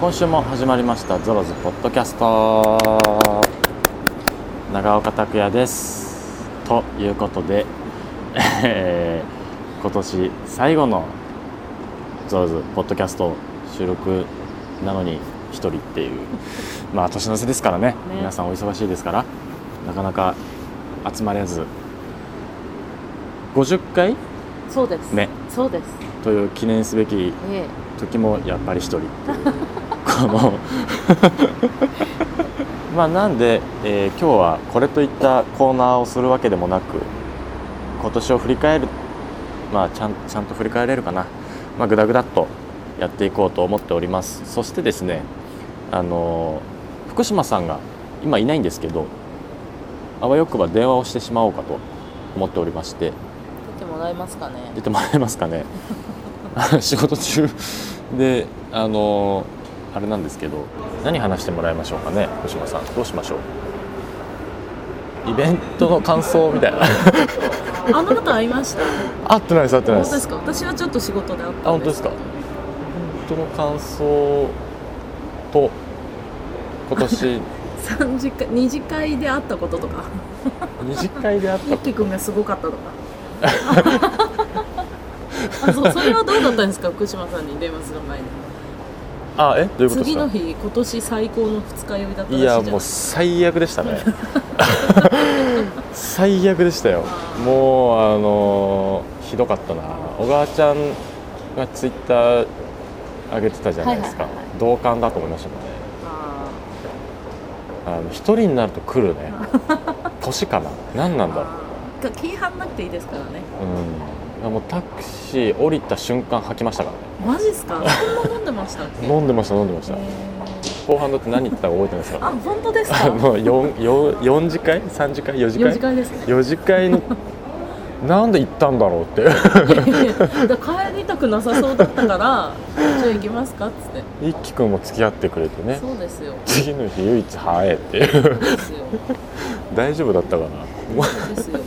今週も始まりましたゾロズポッドキャスト長岡拓也ですということで、 えー今年最後のゾロズポッドキャスト収録なのに一人っていうまあ年の瀬ですからねね皆さんお忙しいですからなかなか集まれず50回そうです。ね。そうです。という記念すべきええ。時もやっぱり一人っていうこのまあなんで、えー今日はこれといったコーナーをするわけでもなく今年を振り返るまあちゃんちゃんと振り返れるかなまあグダグダっとやっていこうと思っておりますそしてですねあのー福島さんが今いないんですけどあわよくば電話をしてしまおうかと思っておりまして出てもらえますかね。出てもらえますかね 仕事中であのあれなんですけど何話してもらいましょうかね福島さんどうしましょうイベントの感想みたい なあの方会いました。合ってないです合ってないで本当ですすか。私はちょっと仕事で会ったんです。あ本当ですかイベントの感想と今 年三次会、二次会で会ったこととか、二次会であっゆたっきくんがすごかったとか。あ、そう、それはどうだったんですか。福島さんに電話する前に。あえどういうことです次のか日、今年最高の二日酔いだったらしいいじゃやん。もう最悪でしたね 最悪でしたよもうあのーひどかったな小川ちゃんがツイッター上げてたじゃないですか、はいはいはい同感だと思いましたもんねああの一人になると来る ね年かな何なーんだろうあー。気張んなくていいですからね。うんいやもうタクシー降りた瞬間吐きましたからねマジっす か。そんな飲んでましたっけ。飲んでました飲んでましたえー後半だって何言ってたか覚えてないです あ、か本当ですら あか。の 4, 4, 4次会3次会4次四会次会ですね。 4次会のなんで行ったんだろうって だから帰りたくなさそうだったからじゃあ行きますかっつって、一輝くんも付き合ってくれてねそうですよ次の日唯一早えっていうそうですよ大丈夫だったか なそうですよ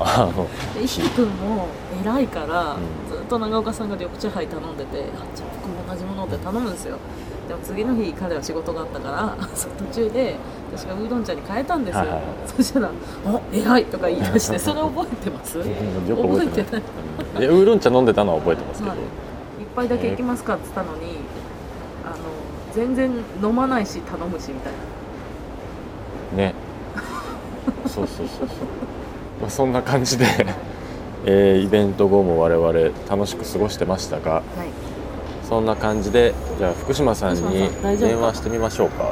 あので一輝くんも偉いから、うんずっと長岡さんが緑茶杯頼んでてあじゃあ僕も同じものって頼むんですよでも次の日彼は仕事があったからそう途中で私がうどん茶に変えたんですよ、はいはいはいそしたら「あ偉い」とか言い出してそれ覚えてますういっんよく覚えてない覚うんいやウーロン茶飲んでたのは覚えてますけど、はいぱいだけ行きますかっつったのにあの全然飲まないし頼むしみたいなねそうそうそうそう、まあ、そんな感じで、 えーイベント後も我々楽しく過ごしてましたがはいそんな感じでじゃあ福島さん福に島さん大丈夫か電話してみましょうか大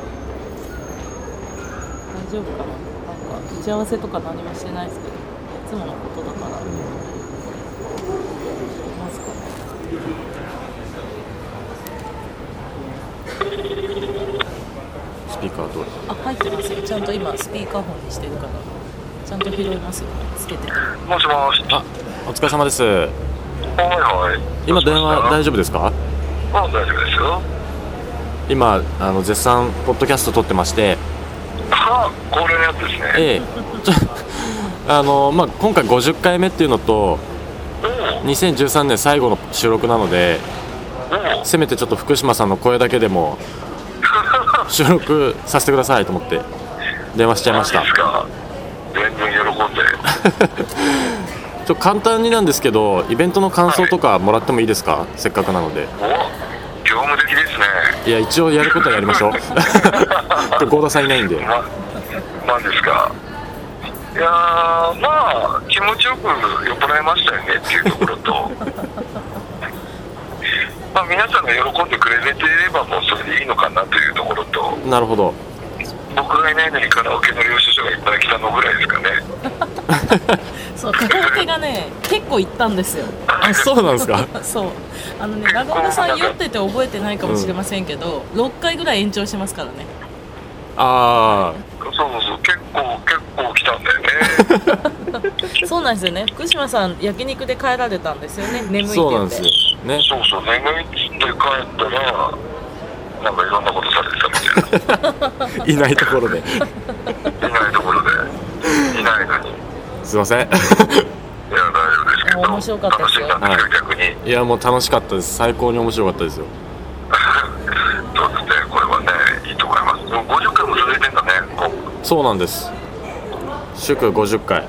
丈夫かななんか打ち合わせとか何もしてないですけどいつものことだからうんまずかスピーカー通りあ入ってますよちゃんと今スピーカーフォンにしてるからちゃんと拾いますよつけててもしもし。あお疲れ様ですはいはい。今電話大丈夫ですかあ大丈夫ですよ。今あの絶賛ポッドキャスト撮ってましてあ、恒例のやつですね。ええ ちょあのまあ今回50回目っていうのとおお2013年最後の収録なのでおお。せめてちょっと福島さんの声だけで も収録させてくださいと思って電話しちゃいました何ですか。全然喜んで。ちょ簡単になんですけどイベントの感想とかもらってもいいですかせっかくなのでお業務的ですね。いや一応やることはやりま しょうこれ合田さんいないんでま、何ですか。いやーまあ気持ちよく酔っ払いましたよねっていうところと。 まあ皆さんが喜んでくれていればもうそれでいいのかなというところとなるほど僕がいないのにカラオケの領収書がいっぱい来たのぐらいですかねそうカラオケがね結構行ったんですよあそうなんですかそうあのね長岡さん酔ってて覚えてないかもしれませんけど、6回ぐらい延長してますからねああそうそうそう結構結構来たんだよねそうなんですよね福島さん焼肉で帰られたんですよね眠いって言ってそうなんですよねそうそう、眠いっつって帰ったら、なんかいろんなことされてたみた いいないところでな。いないところで、いないのに。いすいませんや、大丈夫ですけど、面白かったで楽すしよんだんですよ、逆に。いやもう楽しかったです最高に面白かったですよそうですね、これはね、いいと思います。もう50回も続いてんだね、こうそうなんです祝50回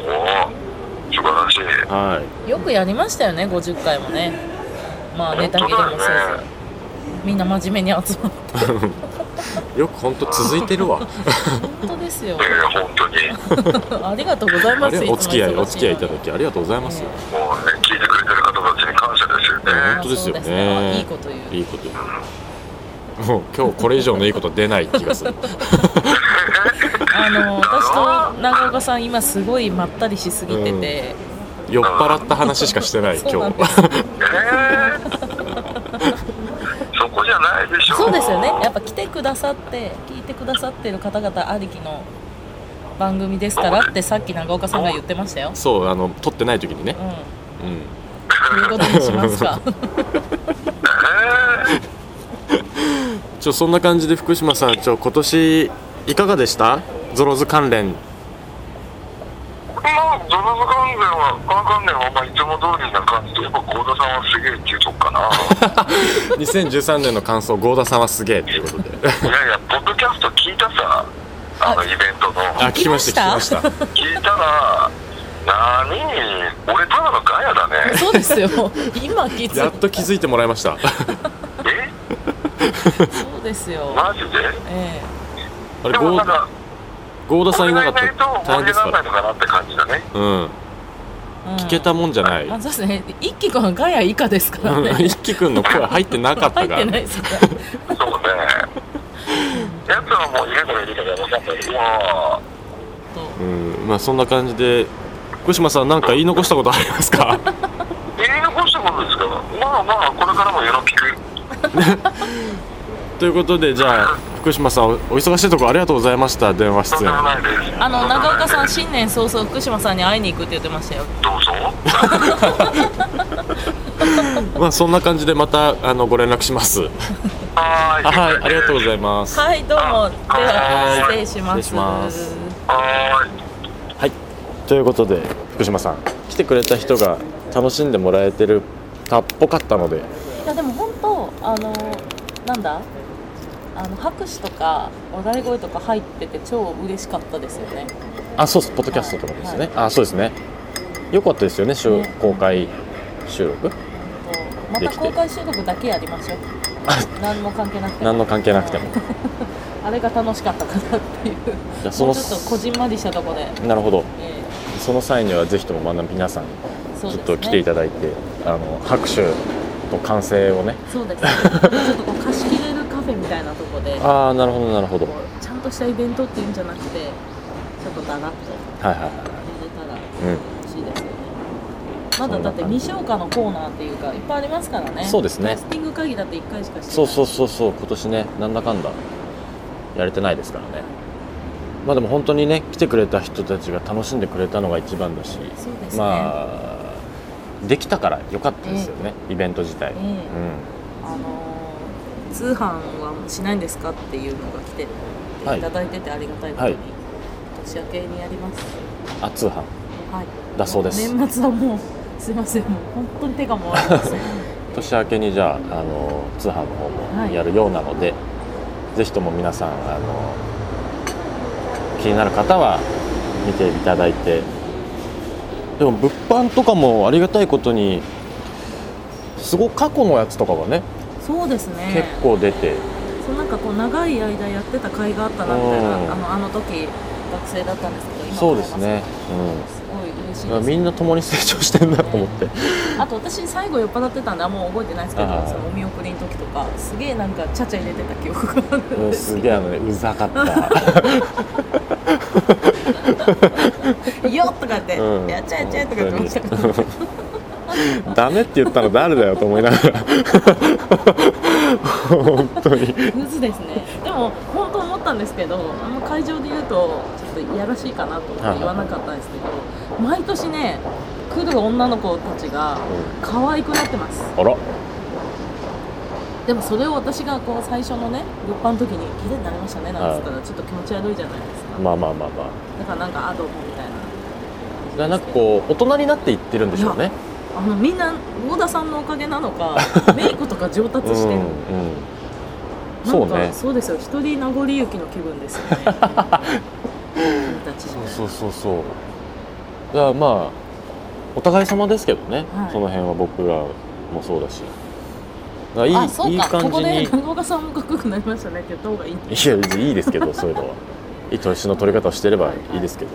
おお、素晴らしい。はいよくやりましたよね50回もねまあネタ切れもせずよね。みんな真面目に集まっよく本当続いてる わて本当ですよええ本当 に。ありがとうござあいますれお付き合いつもお忙し付き合いいたのだにきありがとうございます、ねもうね、聞いてくれてる方たちに感謝ですよね。本当ですよそうですねねいいこと言ういいこと言うもう今日これ以上のいいこと出ない気が するあの私と長岡さん今すごいまったりしすぎてて、酔っ払った話しかしてない今 そうなん日ですええそこじゃないでしょそうですよねやっぱ来てくださって聞いてくださってる方々ありきの番組ですからってさっき長岡さんが言ってましたよそうあの撮ってない時にねう、んうん、ということにしま すかえちょそんな感じで福島さんちょ今年いかがでしたゾロズ関 連えまあ、ゾロゾ関連は、関関連は、まあ、いつも通りな感じで、やっぱ、幸田さんはすげえっていうとこかな。 2013年の感想郷田さんはすげえっていうことでいやいや、ポッドキャスト聞いたさ、あのイベントの。あ聞きました聞きました聞いたら、なに、俺ただのガヤだね。 そうですよ今気づやいっと気づいてもらいましたえそうですよ、マジでえあれでもなんか、郷田さん俺いがないかったないとら大変で盛り上すがからないのかなって感じだね。うんえうん聞けたもんじゃない、まあそうですね一輝くんはガヤ以下ですからね一輝くんの声入ってなかっ入たかっらてないですからそうね。やつはもう家からいるから分かんないけど。もうんまあそんな感じで福島さんなんか言い残したことありますかう、言い残したことですから、まあまあ、これからもよろしく。ということでじゃあ福島さんおお忙しいところありがとうございました電話とん出で演もないです。あの長岡さんど新年早々福島さんに会いに行くって言ってましたようぞ。まあそんな感じでまたあのご連絡しますはあはいありがとうごいざいますはいどうもでは失礼します失礼しますます。はーい。はい、ということで福島さん来てくれた人が楽しんでもらえてるたっぽかったのでいやでも本当あのなんだあの拍手とか笑い声とか入ってて超嬉しかったですよねあそうですポッドキャストとかですね、はあそうですねよかったですよね収ね公開収録とまでたきて公開収録だけやりましょう何も関係なくて何の関係なくてもはい あれが楽しかったかなっていうじゃあそものうちょっとこじんまりしたとこで、なるほどえその際にはぜひともまだ皆さんえそうちょっですとね来ていただいて、あの拍手と歓声をねそうですねちょっとこう貸し切れるカフェみたいなとこでこああなるほどなるほどはいうちゃんとしたイベントっていうんじゃなくてちょっとだらっとはいは入れたらい、うん欲しいですよねまだだって未消化のコーナーっていうかいっぱいありますからねそうですねキャスティング会議だって1回しかしてないそうそうそうそう今年ねなんだかんだやれてないですからねまあでも本当にね来てくれた人たちが楽しんでくれたのが一番だし、そうですね、あ、まあできたから良かったですよね、イベント自体、えうんえあのー通販はもうしないんですかっていうのが来てはいいただいててありがたいことはに、い年明けにやりますあ通販はいだそうです年末はもうすいませんもう本当に手が回りません年明けにじゃああの通販の方はもいやるようなので、ぜひとも皆さんあの気になる方は見ていただいてでも物販とかもありがたいことにすごい過去のやつとかがねそうです結ね構出て、そうなんかこう長い間やってた甲斐があったなみたういんなあのあの時学生だったんですけど今そうですね、すごい嬉しいうん、でみんな共に成長してるなと思ってすあと私最後酔っ払ってたんであんま覚えてないですけどあーそのお見送りの時とかすげえなんかちゃちゃ入れてた記憶があ るうんんですすげえあのねうざかった 「よっ!」とか言ってう「んやっちゃえやっちゃえ」とか言ってましたけどダメって言ったの誰だよと思いながら本当に むずですねでも本当思ったんですけどあの会場で言うとちょっといやらしいかなと思って言わなかったんですけど毎年ね来る女の子たちが可愛くなってますあらでもそれを私がこう最初のね物販の時に「綺麗になりましたね」なんつったらちょっと気持ち悪いじゃないですかまあまあまあまあだからなんかアドボみたいななんかこう大人になっていってるんでしょうねああのみんな合田さんのおかげなのか メイクとか上達しうてる、んうんなそうんかねそうですよ一人名残雪の気分ですよ ね君たちそうねそうそうそうだからまあお互い様ですけどね、はいその辺は僕らもそうだしだからいいあそういいか感こじこにで合田さんもかっこよくなりましたねって言った方がいいいや別にいいですけどそういうのはいい年の取り方をしてればいいですけど、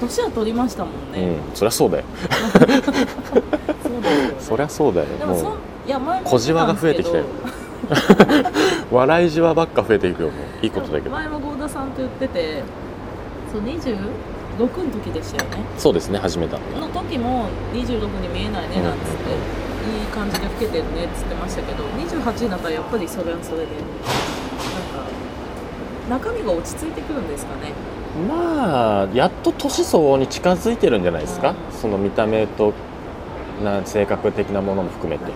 年は取りましたもんね、うんそりゃそうだよそうですそよねりゃそうだよでもそもんいや前も小じわが増えてき たよ言ったんですう笑いじわばっか増えていくよもういいけこどとだけど前も合田さんと言っててそう26の時でしたよねそうですね始めたのがの時も26に見えないねなんつって、いい感じで老けてるねっつってましたけど28になったらやっぱりそれはそれでなんか中身が落ち着いてくるんですかねまあやっと年相応に近づいてるんじゃないですか、うんその見た目とな性格的なものも含めてはい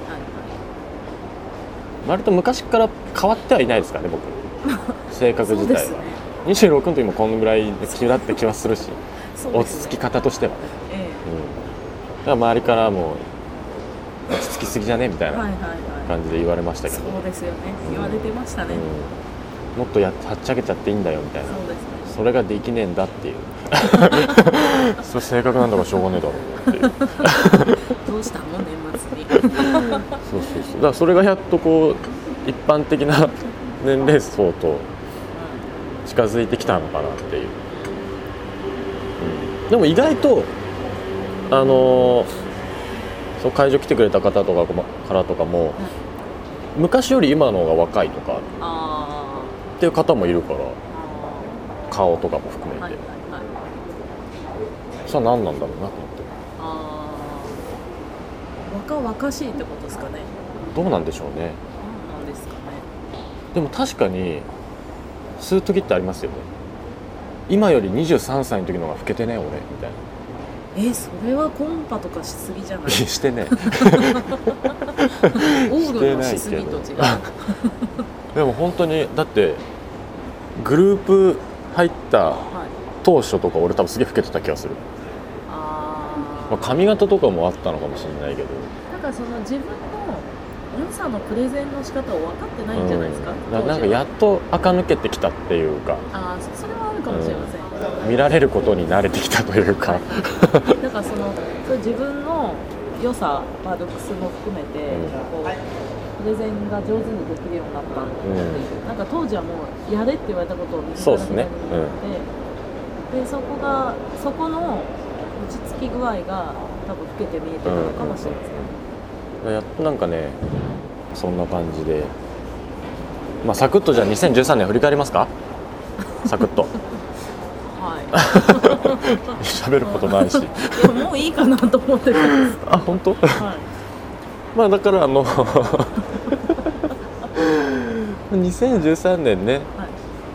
割と昔から変わってはいないですからね 僕性格そう自で体すねは、26の時もこのぐらいで急だって気はするし、そうで落すねち着き方としてはね、えうん、だから周りからもう落ち着きすぎじゃねみたいえはいはいなは感じで言われましたいけそど、うですよねうん言われてましたね、うんもっとやっはっちゃけちゃっていいんだよみたいなそうですねそれができねえんだっていうそれ性格なんだからしょうがねえだろうっていうどうしたの年 末にそうそうそうだからそれがやっとこう一般的な年齢層と近づいてきたのかなっていう、うん、でも意外とあのーそう会場来てくれた方とかもからとかも昔より今の方が若いとかああっていう方もいるからああ顔とかも含めて、はいはいはいさあ何なんだろうなと思ってああ若々しいってことですかねどうなんでしょうね何なんですかねでも確かに吸う時ってありますよね今より23歳の時の方が老けてね俺みた いなえそれはコンパとかしすぎじゃな いしてねオールのししすてなぎいけどと違うでも本当にだってグループ入ったはい当初とか俺多分すげえ老けてた気がする、あまあ、髪型とかもあったのかもしれないけどあなんかその自分のうんさのプレゼンの仕方を分かってないんじゃないですか、うん当な時はなんかやっと垢抜けてきたっていうかああそそれはあるかもしれません、見られることに慣れてきたというか、 だからそのそう自分の良さパドックスも含めて、うんこうプレゼンが上手にできるようになったっていう、うなんか当時はもうやれって言われたことをそうですね右から左にやって、でそこがそこの落ち着き具合が多分老けて見えてたのかもしれません、やっとなんかねそんな感じで、まあ、サクッとじゃあ2013年振り返ります かサクッとは喋ることないしいいやもういいかなと 思ってたんです、あ本当はい、まあだからあ の2013年ねはい、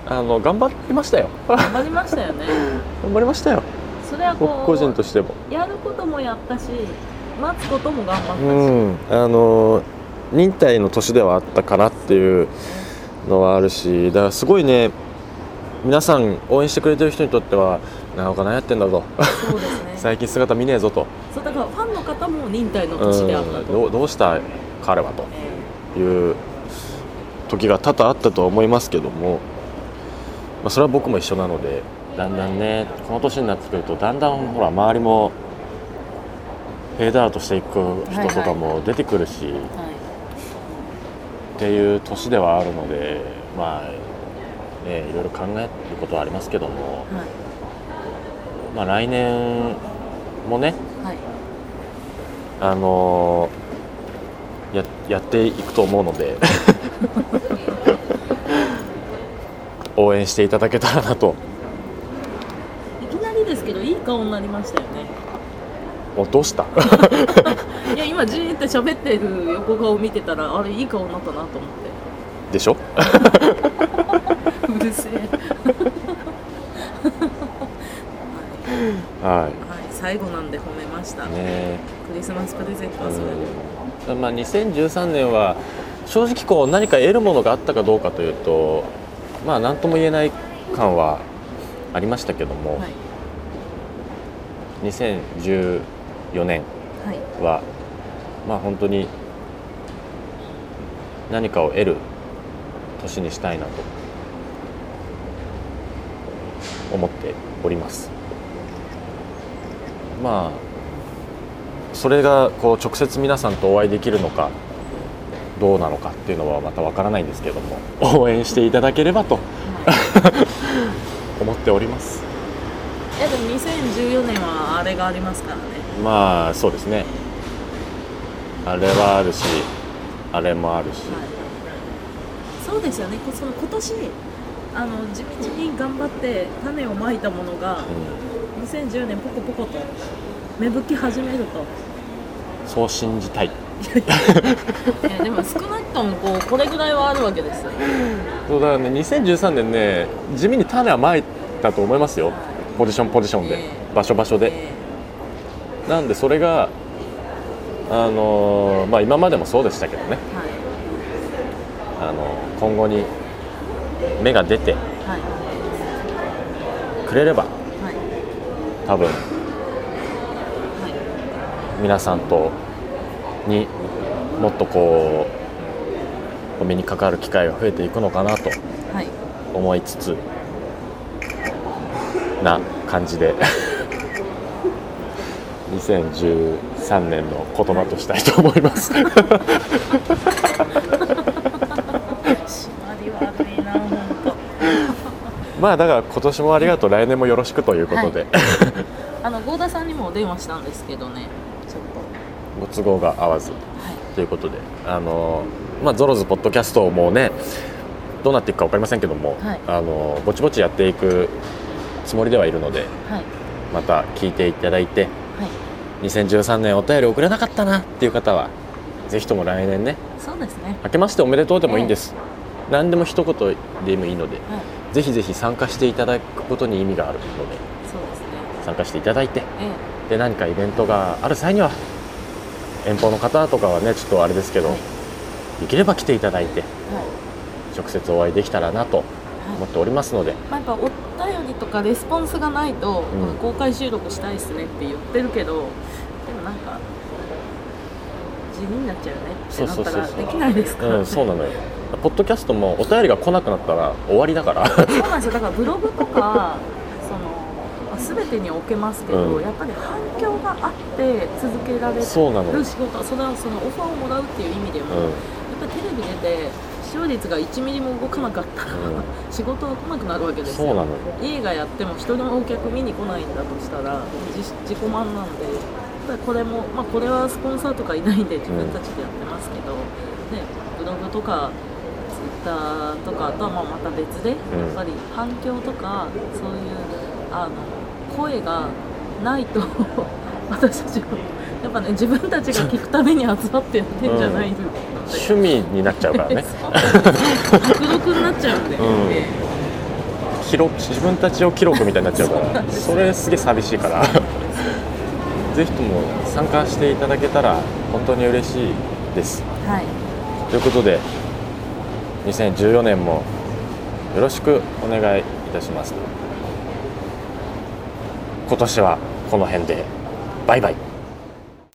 あの頑張りました よ頑張りましたよね頑張りましたよそれはこ僕う個人としてもやることもやったし待つことも頑張ったし、んあの忍耐の年ではあったかなっていうのはあるしだからすごいね皆さん応援してくれてる人にとっては長岡何やってんだとそうですね最近姿見ねえぞとそうだからファンの方も忍耐のう年んであったと、どうどうした彼はとえいう時が多々あったとは思いますけども、まあ、それは僕も一緒なのでだんだんねこの年になってくるとだんだんほら周りもフェードアウトしていく人とかも出てくるし、えはい、っていう年ではあるのでまあ、ね、いろいろ考えることはありますけども、はまあ、来年もねい、はあのーややっていくと思うの で応援していただけたらなとい、いきなりですけどいい顔になりましたよねおどうしたいや今じーって喋ってる横顔見てたらあれいい顔になったなと思 っでしょてうるせえは、はいはい、最後なんで褒めました、いねクリスマスプレゼントはそれで、うんまあ、2013年は正直こう何か得るものがあったかどうかというとまあ何とも言えない感はありましたけども、はい2014年はいはいはまあ本当に何かを得る年にしたいなと思っておりますまあそれがこう直接皆さんとお会いできるのかどうなのかっていうのはまたわからないんですけども 応援していただければと思っておりますいやでも2014年はあれがありますからねまあそうですねあれはあるしあれもあるし、はい、そうですよねこその今年あの地道に頑張って種をまいたものが2010年ポコポコと芽吹き始めるとうん、そう信じたいいやでも少なくともこうこれぐらいはあるわけですよそうだからね2013年ね地味に種はまいたと思いますよポジションポジションで、ええ場所場所で、えなんでそれがあのーまあ今までもそうでしたけどね、えはあのー今後に芽が出ていはくれればいはい多分は皆さんとにもっとこうお目にかかる機会が増えていくのかなといはい思いつつな感じで 2013年の言葉としたいと思います締まり悪いな本 まあだから今年もありがとう来年もよろしくということで、 当。あの郷田さんにもお電話したんですけどねちょっとご都合が合わずはいということであのまあゾロズポッドキャストもねどうなっていくか分かりませんけども、はいあのぼちぼちやっていくつもりではいるのではいまた聞いていただいてはい2013年お便り送れなかったなっていう方はぜひとも来年ねそうですね明けましておめでとうでもいいんです、何でも一言でもいいのではいぜひぜひ参加していただくことに意味があるのでそうですね参加していただいてでえ何かイベントがある際には遠方の方とかはねちょっとあれですけど、はいできれば来ていただいてえはい直接お会いできたらなとはい思っておりますので、まあ、やっぱお便りとかレスポンスがないと、うん公開収録したいですねって言ってるけどでもなんか地味になっちゃうよねってなったらできないですからうん、そうなのよポッドキャストもお便りが来なくなったら終わりだから そうなんですよだからブログとかそのまあ全てにおけますけど、うんやっぱり反響があって続けられる仕そうなの、うん、事それはそのオファーをもらうっていう意味でも、やっぱりテレビ出て視聴率が1ミリも動かなかったら、うん 仕事は来なくなるわけですそうよなのよ映画やっても一人もお客見に来ないんだとしたら自自己満なんでただこれも、まあ、これはスポンサーとかいないんで自分たちでやってますけど、ね、ブログとかツイッターとかとはまあまた別で、んやっぱり反響とかそういうあの声がないと 私たちもやっぱね自分たちが聞くために集まってやってんじゃない ので、趣味になっちゃうから ねそう迫力になっちゃうんで。うんええ記録自分たちを記録みたいになっちゃうから それすげえ寂しいから ぜひとも参加していただけたら本当に嬉しいですはいということで2014年もよろしくお願いいたします今年はこの辺でバイバイ